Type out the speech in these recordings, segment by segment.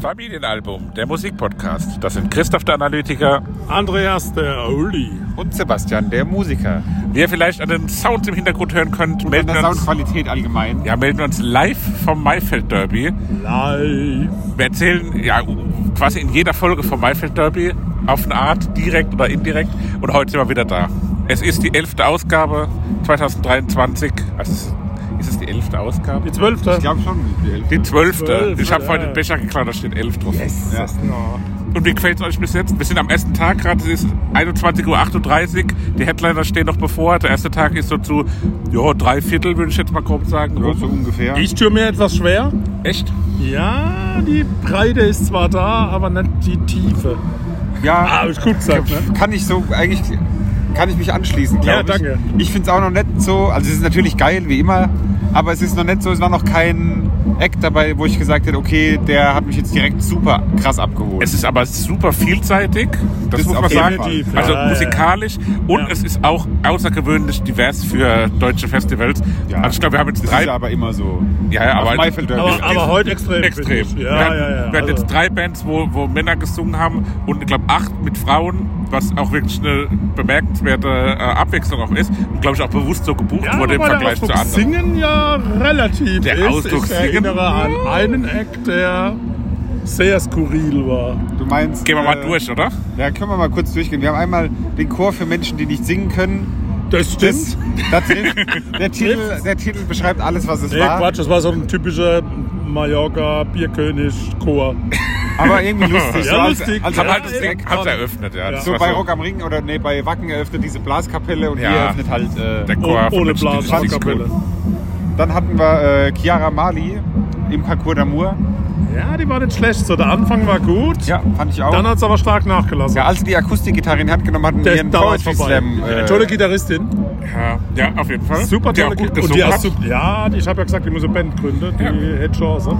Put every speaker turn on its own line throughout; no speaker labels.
Familienalbum, der Musikpodcast. Das sind Christoph der Analytiker
Andreas der Uli.
Und Sebastian, der Musiker.
Wie ihr vielleicht an dem Sound im Hintergrund hören könnt,
An
melden
der
wir, uns,
Soundqualität allgemein.
ja, melden wir uns live vom Maifeld Derby.
Live.
Wir erzählen ja quasi in jeder Folge vom Maifeld Derby auf eine Art, direkt oder indirekt. Und heute sind wir wieder da. Es ist die elfte Ausgabe 2023. Also es- ist es die elfte Ausgabe?
Die zwölfte.
Ich glaube schon. die Elf-
Die zwölfte.
Zwölf,
Ich habe
ja.
vorhin den Becher geklaut, da steht elf drauf.
Ja.
Und wie gefällt es euch bis jetzt? Wir sind am ersten Tag gerade, es ist 21.38 Uhr, die Headliner stehen noch bevor. Der erste Tag ist so zu, ja, drei Viertel würde ich jetzt mal grob sagen.
Ja,
rum.
so ungefähr.
Ich tue mir etwas schwer.
Echt?
Ja, die Breite ist zwar da, aber nicht die Tiefe.
ja,
Ah, hab ich gut gesagt, ne?
Kann ich so eigentlich kann ich mich anschließen,
Ja,
glaube ich.
danke.
Ich finde es auch noch nicht so, also es ist natürlich geil wie immer, aber es ist noch nicht so, es war noch kein Act dabei, wo ich gesagt hätte, okay, der hat mich jetzt direkt super krass abgeholt.
Es ist aber super vielseitig, das,
Das
muss
auf
man
jeden
sagen.
Fall.
Also
Ja, ja.
musikalisch und
Ja.
es ist auch außergewöhnlich divers für deutsche Festivals.
Ja.
Also ich glaube, wir haben jetzt
das
drei...
ist ja aber immer so.
Ja, ja,
Auf
aber-
Maifeld Derby.
Aber, aber heute extrem.
Extrem.
finde ich.
wir
Ja,
hatten,
ja, ja.
Wir hatten
Also,
jetzt drei Bands, wo, wo Männer gesungen haben und ich glaube acht mit Frauen, was auch wirklich eine bemerkenswerte äh, Abwechslung auch ist und glaube ich auch bewusst so gebucht
ja,
wurde im
wobei
Vergleich
der
zu
Ausdruck
anderen.
Singen ja relativ
Der
ist.
Ausdruck
ich
Singen?
erinnere an einen Act, der sehr skurril war.
du meinst,
Gehen wir mal
äh,
durch, oder?
Ja, können wir mal kurz durchgehen. Wir haben einmal den Chor für Menschen, die nicht singen können.
Das
Das,
stimmt.
das trifft, der, Titel, der Titel beschreibt alles, was es
Nee,
war.
Quatsch, das war so ein typischer Mallorca-Bierkönig-Chor.
Aber irgendwie lustig.
Ja,
so als-
lustig.
als
Haben
Ja,
halt das Ding, haben sie eröffnet, ja.
Ja.
Das
So
war
bei Rock am Ring oder nee, bei Wacken eröffnet diese Blaskapelle und
Ja.
hier eröffnet halt. Äh,
der Chor
Oh,
von Menschen,
ohne
die nicht
Blasen.
singen können.
Kapelle.
dann hatten wir äh, Chiara Mali im Parcours d'Amour.
Ja, die war nicht schlecht. So, der Anfang war gut.
Ja, fand ich auch.
Dann hat es aber stark nachgelassen.
ja, als sie die Akustikgitarre in die Hand genommen hatten,
Der
ihren
dauert
Poetry
vorbei.
Slam. äh,
Eine tolle Gitarristin.
Ja, ja, auf jeden Fall.
Super
Die
tolle
auch gut
Gitarristin. Und die
gesungen
hast
hat.
du, ja, die- ich habe ja gesagt, die muss eine Band gründen. Die ne?
Ja.
hätte Chance.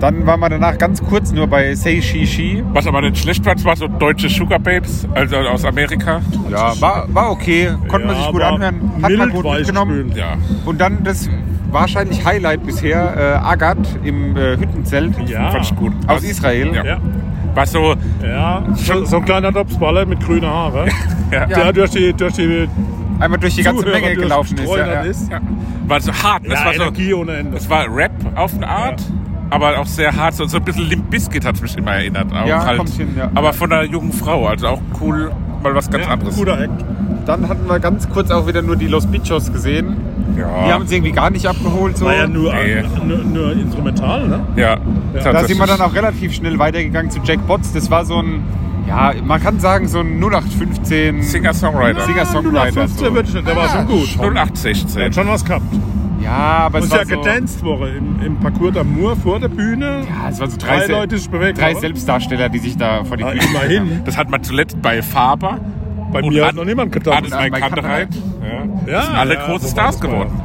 Dann waren wir danach ganz kurz nur bei Say She She.
Was aber nicht schlecht war, das war so deutsche Sugar Babes, also aus Amerika.
Ja, war, war okay, konnte man
Ja,
sich gut
aber
anhören, hat
mild
man gut
war ich
mitgenommen.
spülen.
Ja.
Und dann das wahrscheinlich Highlight bisher, äh, Agat im äh, Hüttenzelt
Ja.
Fand ich gut.
aus Israel.
Ja.
Ja.
Was so,
Ja, so, so ein kleiner Dopsballer mit grünen Haaren.
Ja.
Der durch die, durch die
Einmal durch die ganze
Zuhörer
Menge gelaufen ist. Ja,
durchgestreunert
ja.
ist.
ja, war so hart. ne? Das
Ja,
war so,
Energie ohne Ende.
Es war Rap auf eine Art, aber auch sehr hart. So so ein bisschen Limp Bizkit hat mich immer erinnert. Auch
Ja,
halt,
kommt hin, ja.
Aber von einer jungen Frau, also auch cool, mal was ganz
Ja,
anderes.
Guter Act.
Dann hatten wir ganz kurz auch wieder nur die Los Bichos gesehen. Die
Ja,
haben uns irgendwie gar nicht abgeholt. So.
War ja nur,
Nee.
nur, nur instrumental, ne?
ja.
Da sind wir dann auch relativ schnell weitergegangen zu Jack Botts. Das war so ein, ja, man kann sagen, so ein 0815
Singer-Songwriter.
Singer- Singer-Songwriter,
Ja, 15
so.
würde ich nicht, der war schon gut.
0816.
Der hat schon was gehabt.
Ja, aber es
Und
war,
ja
so,
gedanced worden im, im Parcours d'Amour vor der Bühne.
ja, es war so
drei
drei, Se-
Leute sich bewegt.
drei
oder?
Selbstdarsteller, die sich da vor die
Ja,
Bühne gestellt
immerhin.
Das hat man zuletzt bei Faber.
Bei
und
mir hat
An-
noch niemand gedacht.
Alles
Und
bei
bei
Kantereit. Ja. Das sind alle große
wobei,
Stars
das war-
geworden.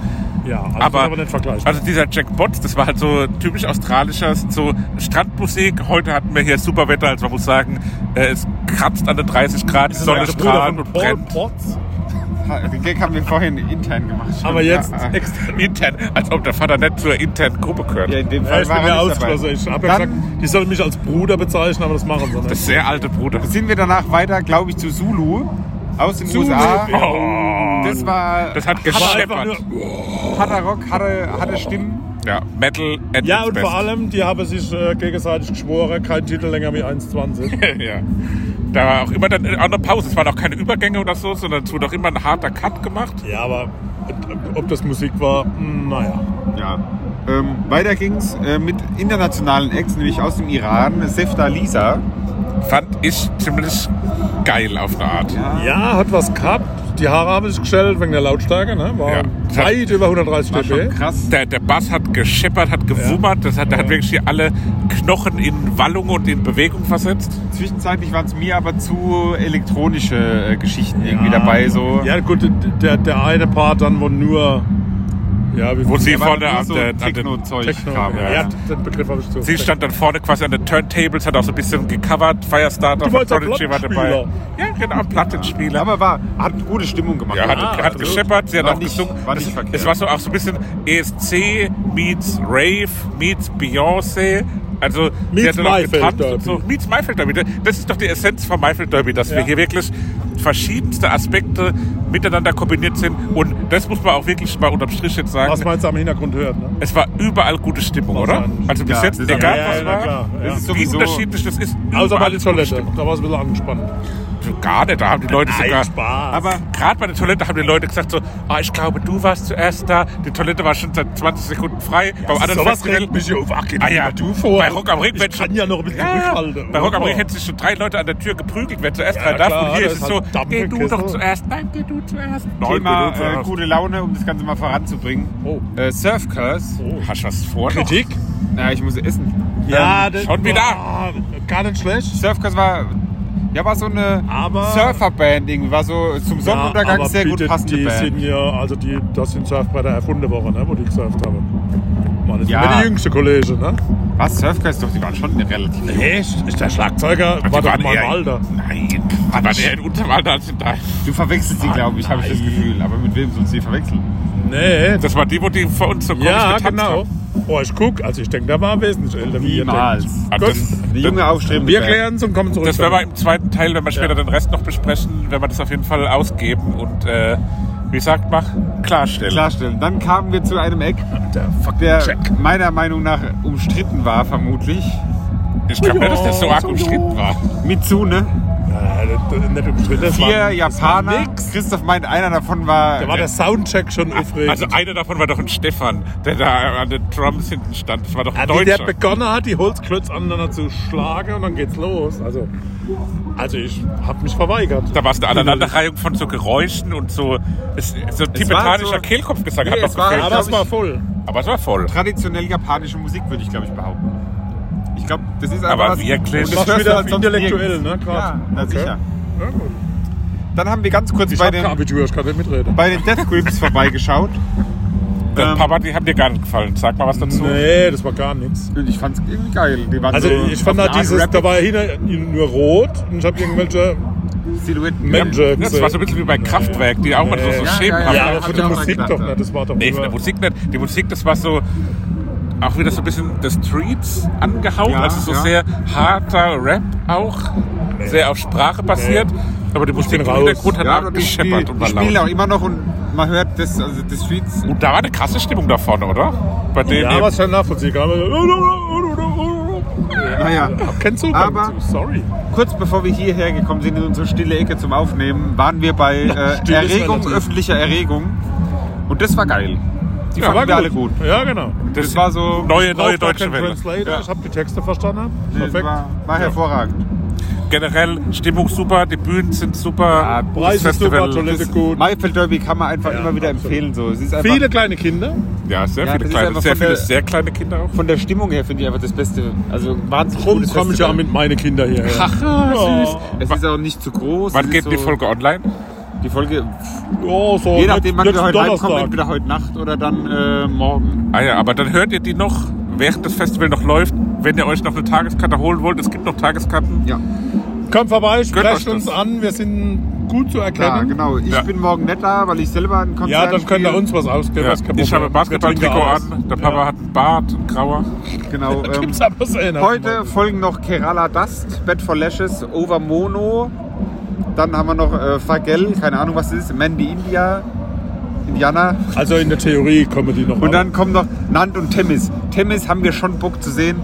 Ja, also
Aber,
aber, aber nicht vergleichbar.
also dieser Jack Botts, das war halt so typisch australischer, so Strandmusik. Heute hatten wir hier super Wetter, also man muss sagen, äh, es kratzt an den 30 Grad, die
Das ist
Sonne
der Bruder
strahlt
von
und
Paul
brennt.
Potts.
haben. Den Gag haben wir vorhin intern gemacht. schon.
Aber jetzt
Ja, äh,
extra.
Intern, als ob der Vater nicht zur internen Gruppe gehört.
ja, in dem
Ja,
Fall
ich
war
bin
er
ja
nicht dabei.
ausgeschlossen. Ich habe ja
Dann-
gesagt, die sollen mich als Bruder bezeichnen, aber das machen sie
Das
nicht.
sehr alte Bruder.
Sind wir danach weiter, glaube ich, zu Zulu aus den
Oh,
Zulu, Oh,
USA.
ja.
Das war
Das hat
War einfach
gescheppert.
nur,
harter Rock, harte, harte Stimmen.
Ja, Metal at
ja,
its
und
best.
vor allem, die haben sich äh, gegenseitig geschworen, kein Titel länger wie 1,20.
ja. Da war auch immer dann auch eine Pause. Es waren auch keine Übergänge oder so, sondern es wurde auch immer ein harter Cut gemacht.
ja, aber ob das Musik war, mh, naja.
Ja. Ähm, weiter ging's äh, mit internationalen Acts, nämlich aus dem Iran, Sefta Lisa.
Fand ich ziemlich geil auf eine Art.
Ja, hat was gehabt. Die Haare haben sich gestellt wegen der Lautstärke, ne? War
Ja.
weit über 130
War schon
dB.
krass.
Der, der Bass hat gescheppert, hat gewummert. Das hat, der hat wirklich hier alle Knochen in Wallung und in Bewegung versetzt.
Zwischenzeitlich waren es mir aber zu elektronische äh, Geschichten irgendwie dabei. So.
Ja, gut, der, der eine Part dann, wo nur. Ja, wie
Wo sie
Da war
vorne
nur
an
so
der, an den
Techno-Zeug
Techno.
kam.
Ja,
Ja.
den Begriff habe ich zu.
Sie stand dann vorne quasi an den Turntables, hat auch so ein bisschen gecovert. Firestarter
Du wolltest auch
war dabei.
Plattenspieler.
Ja, genau, Plattenspieler.
Aber war, hat gute Stimmung gemacht.
Ja, hat, hat
absolut.
gescheppert, sie hat
Ah, also War
auch
nicht-
gesungen.
war nicht
es,
verkehrt.
E es war so auch so ein bisschen ESC meets Rave meets Beyoncé Also,
Meets
sie hatte noch
Maifeld
getanzt und
Derby.
So. Meets Maifeld Derby. Das ist doch die Essenz vom Maifeld Derby, dass wir
Ja.
hier wirklich verschiedenste Aspekte miteinander kombiniert sind. Und das muss man auch wirklich mal unterm Strich jetzt sagen.
Was man jetzt am Hintergrund hört. Ne?
Es war überall gute Stimmung,
Kann
oder?
sein.
Also bis
Ja,
jetzt,
das ist
egal
aber-
was
ja, ja,
war,
na klar, ja.
es ist wie
Sowieso-
unterschiedlich das ist.
Außer
überall
bei der
gute
Also, Toilette.
Stimmung.
Da war es ein bisschen angespannt.
Gar nicht, da haben die Leute sogar...
Spaß.
Aber
Gerade bei der Toilette haben die Leute gesagt so, ah, ich glaube, du warst zuerst da. Die Toilette war schon seit 20 Sekunden frei. Beim anderen
also sowas
Festival-
regt mich hier auf. Ach, geh
Ah ja,
mal du vor.
Bei Rock am Ring,
Ich
wenn schon-
kann ja noch ein bisschen zurückhalten.
Bei Rock am Ring
Oh.
hätten sich schon drei Leute an der Tür geprügelt, wer zuerst
Ja,
rein darf. Und
klar,
hier
das
ist es
hat
so,
Dampf
geh
im
du
Kessel.
doch zuerst. Nein, geh du zuerst. Nein,
Thema
geh du
äh,
zuerst.
gute Laune, um das Ganze mal voranzubringen.
Oh.
Äh, Surf Curse.
Oh.
Hast du was vor? noch?
Kritik?
Na, ich muss essen.
Ja,
Ähm,
das-
schaut mir da.
Boah, Gar nicht schlecht.
Surf Curse war, ja, war so eine
Aber-
Surferband irgendwie. War so zum Sonnenuntergang
Ja, aber
sehr gut
bitte,
passende
die
Band.
Sind ja, also die, das sind Surfbretter erfunden worden, ne, wo die gesurft haben. Mann, das
Ja.
sind ja die jüngste Kollege, ne?
Was? Surf Curse? Doch, die waren schon relativ jung.
Echt? Ist der Schlagzeuger?
Die
War doch
waren
mal im
eher-
Alter.
Nein, die waren eher in unserem Alter als in deinem.
Du verwechselst sie, glaube ich, habe ich das
nein.
Gefühl. Aber mit wem sollst du sie verwechseln?
Nee.
Das war die, wo die vor uns so komisch
ja,
getanzt
genau.
haben.
Oh, ich guck, also ich denke, der war wesentlich älter wie ihr
Niemals. Also,
denkt.
Ah,
Gut.
das-
Eine junge, aufstrebende
Wir
Band.
klären's und kommen zurück.
Das werden wir im zweiten Teil, wenn wir später den Rest noch besprechen, werden wir das auf jeden Fall ausgeben und, äh, wie sagt man, klarstellen.
Klarstellen. Dann kamen wir zu einem Eck,
der fucking
der
Check.
meiner Meinung nach umstritten war, vermutlich.
Ich glaube nicht, dass das so arg umstritten war.
Mitsune.
Ja, nicht- nicht umstritten. das war-
Vier
das war
Japaner.
nix.
Christoph meint, einer davon war.
Da war der Soundcheck schon aufregend.
Also einer davon war doch ein Stefan, der da an den Drums hinten stand. Das war doch ein
Ja, wie der
Deutscher.
begonnen hat, die Holzklötze aneinander zu schlagen und dann geht's los. Also, also ich habe mich verweigert.
Da war es eine Aneinanderreihung von so Geräuschen und so, es, so tibetanischer
so-
Kehlkopfgesang
Nee,
hat noch
es war-
gefehlt.
Aber
glaub
das war
ich-
voll.
Aber es war voll.
traditionell japanische Musik, würde ich glaube ich behaupten. Ich glaube, das ist einfach
Aber
was-
wirklich?
Und
Das
das
macht
hörst
wieder
du halt sonst
intellektuell, ne,
nirgends.
grad.
Ja, na
Okay.
sicher.
Ja, gut.
Dann haben wir ganz kurz
Ich
bei
habe kein
den,
Abitur, ich kann nicht mitreden.
bei den Death Grips vorbeigeschaut.
Der
Ähm,
Papa, die haben dir gar nicht gefallen. Sag mal was dazu.
Nee, das war gar nichts.
Und ich fand's irgendwie geil. Die waren
Also
so
ich fand
auf
da
eine Art
dieses,
Rapid
da war hinter nur rot und ich habe irgendwelche
Silhouetten.
Menschen
Ja, Das war so ein bisschen wie bei Kraftwerk, die auch mal so, so
Nee.
Ja,
Schemen
ja,
haben.
Ja, aber
Hab
von
ich
der
auch mal
Musik
gedacht,
doch
ja.
nicht, das war doch
Nee, von der
nur...
Musik nicht. Die Musik, das war so auch wieder so ein bisschen des Streets angehaucht,
Ja,
also so
ja.
sehr harter Rap auch, sehr auf Sprache basiert. Aber die Musik
bin
im
raus.
Hintergrund hat
Ja,
auch
und ich
gescheppert
spiele
und war
spiel
laut.
auch immer noch und man hört das, also das Streets.
Und da war eine krasse Stimmung da vorne, oder? Bei denen
Ja,
eben-
was ich dann nachvollziehen kann.
Naja.
Kennst du?
Aber-
Sorry.
Ah Kurz bevor wir hierher gekommen sind in unsere stille Ecke zum Aufnehmen, waren wir bei äh,
still ist
Erregung,
relativ.
öffentlicher Erregung. Und das war geil. Die
Ja,
fanden
war
wir alle gut.
Ja, genau.
das,
das war so-
neue, neue
Braucht gar
deutsche
keinen
Welle.
Translator,
Ja.
ich habe die Texte verstanden. Perfekt.
War, war hervorragend.
Generell Stimmung super, die Bühnen sind super.
Ja,
das
Preis ist super,
Festival-
Toilette gut.
Maifeld Derby kann man einfach
Ja,
immer wieder
absolut.
empfehlen. So. Es ist einfach,
Viele kleine Kinder.
Ja, sehr
Ja, das
viele
ist
kleine,
einfach
sehr
von
viele
der-
sehr kleine Kinder auch.
von der Stimmung her finde ich einfach das Beste. Also wahnsinnig
Drum
gutes
komme ich ja
Festival.
mit meinen Kindern hierher.
Haha,
Ja.
süß. Es ist auch nicht zu groß. es
Wann
ist
geht
so,
die Folge online?
Die Folge,
Ja, so
je nachdem, wann wir
letzten
heute
Donnerstag.
reinkommen, entweder heute Nacht oder dann äh, morgen.
Ah ja, aber dann hört ihr die noch, während das Festival noch läuft. Wenn ihr euch noch eine Tageskarte holen wollt, es gibt noch Tageskarten.
Ja,
Kommt vorbei,
euch
sprecht
das.
uns an. Wir sind gut zu erkennen.
klar, genau. Ich
Ja.
bin morgen nicht da, weil ich selber ein Konzert
Ja, dann könnt ihr
spiele.
uns was ausgeben.
Ja,
das ist kein
ich habe ein
Problem. Wir
Basketballtrikot
trinken aus.
an, der Papa
Ja.
hat einen Bart, einen grauer.
Genau.
Da
Ähm,
gibt's aber so einen.
heute folgen noch Kerala Dust, Bed for Lashes, Over Mono. Dann haben wir noch äh, Fagel, keine Ahnung was das ist, Mandy India, Indiana.
Also in der Theorie kommen die noch.
Und dann kommen noch Nand und Temis. Temis haben wir schon Bock zu sehen.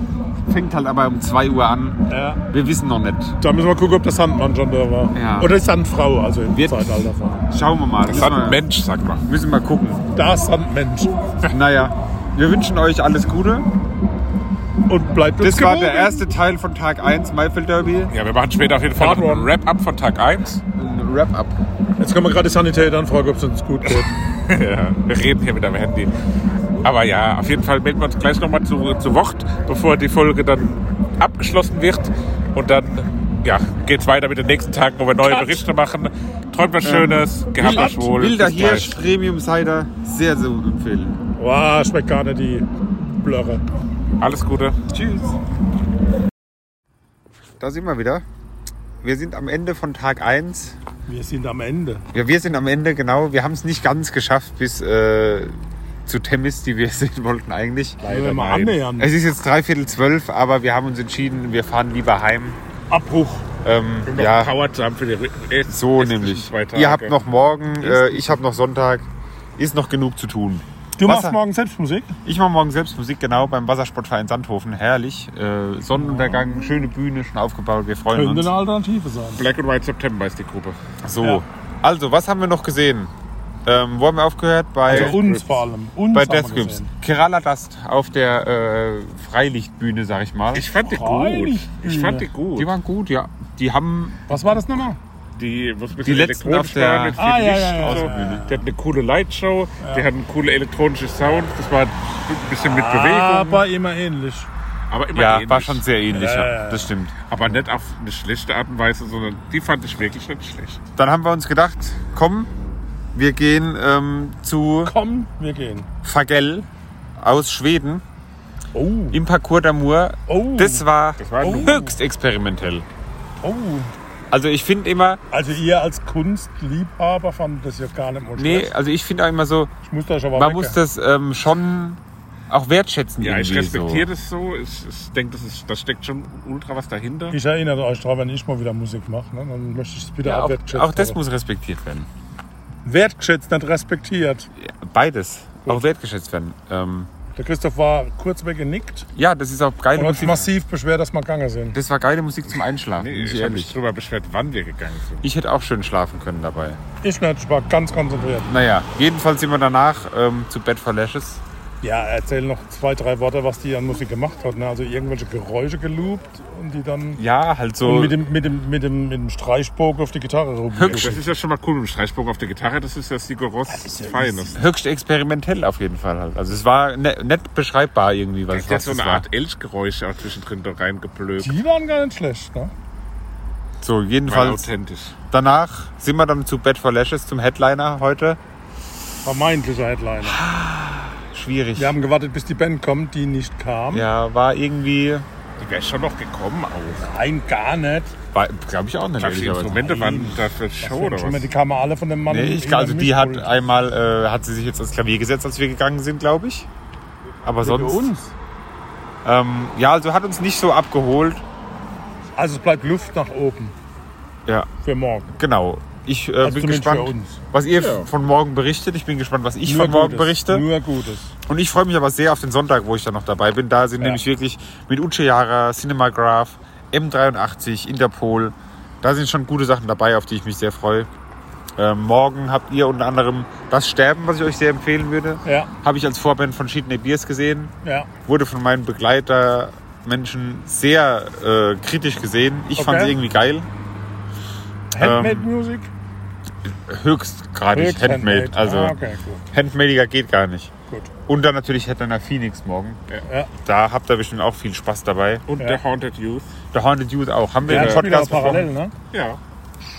Fängt halt aber um 2 Uhr an.
Ja.
Wir wissen noch nicht.
Da müssen wir gucken, ob der Sandmann schon da war.
Ja.
Oder die Sandfrau, also im
Wird-
Zeitalter von.
Schauen wir mal.
Das hat ein
Müssen wir,
Mensch, sag mal.
müssen wir gucken.
Da Sandmensch.
Naja, wir wünschen euch alles Gute.
Und bleibt uns
Das war
gewogen.
der erste Teil von Tag 1 Maifeld Derby.
Ja, wir machen später auf jeden Fall
Part
noch einen
one.
Wrap-up von Tag 1.
Ein Wrap-up.
Jetzt können wir gerade die Sanitäter anfragen, ob es uns gut geht.
Ja, wir reden hier mit dem Handy. Aber ja, auf jeden Fall melden wir uns gleich nochmal zu, zu Wort, bevor die Folge dann abgeschlossen wird. Und dann ja, geht es weiter mit den nächsten Tagen, wo wir neue
Cut.
Berichte machen. Träumt was Schönes, gehabt euch wohl.
Wilder
bis gleich.
Hirsch, Premium Cider, sehr, sehr empfehlen.
Wow, schmeckt gar nicht die Blöre.
Alles Gute.
Tschüss. Da sind wir wieder. Wir sind am Ende von Tag 1.
Wir sind am Ende.
Ja, wir sind am Ende, genau. Wir haben es nicht ganz geschafft bis äh, zu Temmis, die wir sehen wollten eigentlich.
Leider mal
nein.
annähern.
Es ist jetzt dreiviertel zwölf, aber wir haben uns entschieden, wir fahren lieber heim.
Abbruch.
Ähm,
Und noch
ja,
Power Jump für die Re-
so
restlichen
nämlich.
Zwei Tage.
Ihr habt noch morgen, äh, ich habe noch Sonntag. Ist noch genug zu tun.
Du
Wasser.
machst morgen selbst Musik?
Ich mache morgen selbst Musik, genau, beim Wassersportverein Sandhofen. Herrlich. Äh, Sonnenuntergang, schöne Bühne, schon aufgebaut. Wir freuen
Könnte
uns.
eine Alternative sein.
Black and White September ist die Gruppe.
So.
Ja.
Also, was haben wir noch gesehen? Ähm, wo haben wir aufgehört? Bei,
Also uns vor allem. Uns
bei
haben wir
Death Grips.
gesehen.
Kerala Dust auf der äh, Freilichtbühne, sag ich mal.
Ich fand die gut.
Freilich.
Ich fand die gut.
die waren gut, ja. Die haben
Was war das nochmal?
Die, wo es ein
Die
bisschen
letzten
elektronisch
auf der-
war mit viel
Ah, ja,
Licht
ja, ja,
und so.
ja, ja,
Die hatten eine coole Lightshow, die hatten einen coolen elektronischen Sound. Das war ein bisschen mit Bewegung.
Aber immer ähnlich.
Aber immer
Ja,
ähnlich.
war schon sehr ähnlich,
Ja,
ja,
ja, ja.
das stimmt.
Aber nicht auf eine schlechte Art und Weise, sondern die fand ich wirklich nicht schlecht.
Dann haben wir uns gedacht, komm, wir gehen ähm, zu
Komm, wir gehen.
Fagell aus Schweden
Oh,
im Parcours d'Amour.
Oh.
Uh. Das war,
war ein
höchst experimentell.
oh.
Also ich finde immer,
Also ihr als Kunstliebhaber fandet das ja gar nicht mal schlecht.
nee, also ich finde auch immer so,
Ich muss da schon mal
man muss das ähm, schon auch wertschätzen
Ja, ich
irgendwie
respektiere das so. Ich, ich denke, das, ist- da steckt schon ultra was dahinter.
Ich erinnere euch daran, wenn ich mal wieder Musik mache, ne? dann möchte ich es bitte
so. Ja,
auch
auch,
wertschätzen.
auch das
Aber
muss respektiert werden.
Wertgeschätzt, nicht respektiert.
Ja, Beides. Auch wertgeschätzt werden. Ähm,
Der Christoph war kurz weggenickt
ja, das ist auch geile
und hat sich
Musik.
massiv beschwert, dass wir gegangen sind.
Das war geile Musik zum Einschlafen,
Nee,
bin ich
ich habe mich
ehrlich.
drüber beschwert, wann wir gegangen sind.
Ich hätte auch schön schlafen können dabei.
Ich nicht, ich war ganz konzentriert.
Naja, jedenfalls sind wir danach ähm, zu Bed for Lashes.
Ja, erzähl noch zwei, drei Worte, was die an Musik gemacht hat. Ne? Also irgendwelche Geräusche geloopt und die dann
Ja, halt so.
und mit, dem, mit, dem, mit, dem, mit dem Streichbogen auf die Gitarre
Das
rumgeschickt.
ist ja schon mal cool mit dem Streichbogen auf der Gitarre. Das ist ja Sigoros Feines.
höchst experimentell auf jeden Fall halt. Also es war ne, nett beschreibbar irgendwie,
Der
was,
hat
was
so
das
eine
war.
Art Elchgeräusche auch zwischendrin da reingeblökt.
Die waren gar nicht schlecht. Ne?
So,
War
jedenfalls
authentisch.
danach sind wir dann zu Bed for Lashes zum Headliner heute.
Vermeintlicher Headliner.
Schwierig.
Wir haben gewartet, bis die Band kommt, die nicht kam.
ja, war irgendwie.
Die wäre schon noch gekommen auch.
Nein, gar nicht.
War, glaube ich auch nicht.
Ich glaube, die
ehrlicherweise.
Instrumente waren dafür
Ach,
Show oder
schon mal,
was?
Die kamen alle von dem Mann.
Nee,
in
ich,
der
also die hat
Mischpult.
einmal, äh, hat sie sich jetzt ans Klavier gesetzt, als wir gegangen sind, glaube ich. Aber sonst. Ähm, ja, also hat uns nicht so abgeholt.
Also es bleibt Luft nach oben
Ja,
für morgen.
genau. Ich äh,
Also
bin
zumindest
gespannt,
für uns.
was ihr von morgen berichtet. Ich bin gespannt, was ich von morgen
Gutes,
berichte.
Nur Gutes.
Und ich freue mich aber sehr auf den Sonntag, wo ich dann noch dabei bin. Da sind nämlich wirklich mit Uchihara, Cinemagraph, M83, Interpol. Da sind schon gute Sachen dabei, auf die ich mich sehr freue. Ähm, morgen habt ihr unter anderem Das Sterben, was ich euch sehr empfehlen würde.
Ja,
Habe ich als Vorband von Schiedene Biers gesehen.
ja.
Wurde von meinen Begleitermenschen sehr äh, kritisch gesehen. Ich fand sie
Okay.
irgendwie geil.
Handmade
Ähm,
Music?
Höchstgradig
Höchst
handmade. Also
Ah, okay, gut.
handmadiger geht gar nicht.
Gut.
Und dann natürlich Headliner Phoenix morgen.
Ja.
Da habt ihr bestimmt auch viel Spaß dabei.
Und der Haunted Youth.
The Haunted Youth auch. Haben wir
Ja,
im
spielt auch
Podcast
parallel,
besprochen.
ne?
Ja.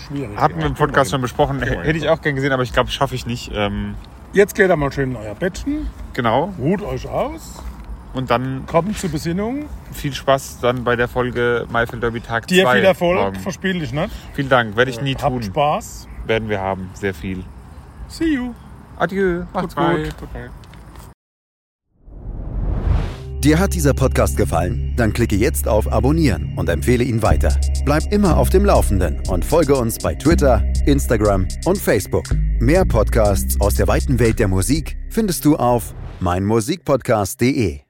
Schwierig.
Hatten wir im Podcast schon besprochen.
Immerhin.
Hätte ich auch gern gesehen, aber ich glaube, schaffe ich nicht. Ähm,
Jetzt geht ihr mal schön in euer Bettchen,
genau.
ruht euch aus,
Und dann
kommt zur Besinnung.
viel Spaß dann bei der Folge Maifeld Derby Tag
Dir
2.
viel Erfolg,
morgen.
verspiel dich nicht.
Vielen Dank. Werde ich nie
Habt
tun.
Spaß.
Werden wir haben. Sehr viel.
See you.
Adieu. Macht's gut.
Goodbye. Goodbye.
Dir hat dieser Podcast gefallen? Dann klicke jetzt auf Abonnieren und empfehle ihn weiter. Bleib immer auf dem Laufenden und folge uns bei Twitter, Instagram und Facebook. Mehr Podcasts aus der weiten Welt der Musik findest du auf meinmusikpodcast.de.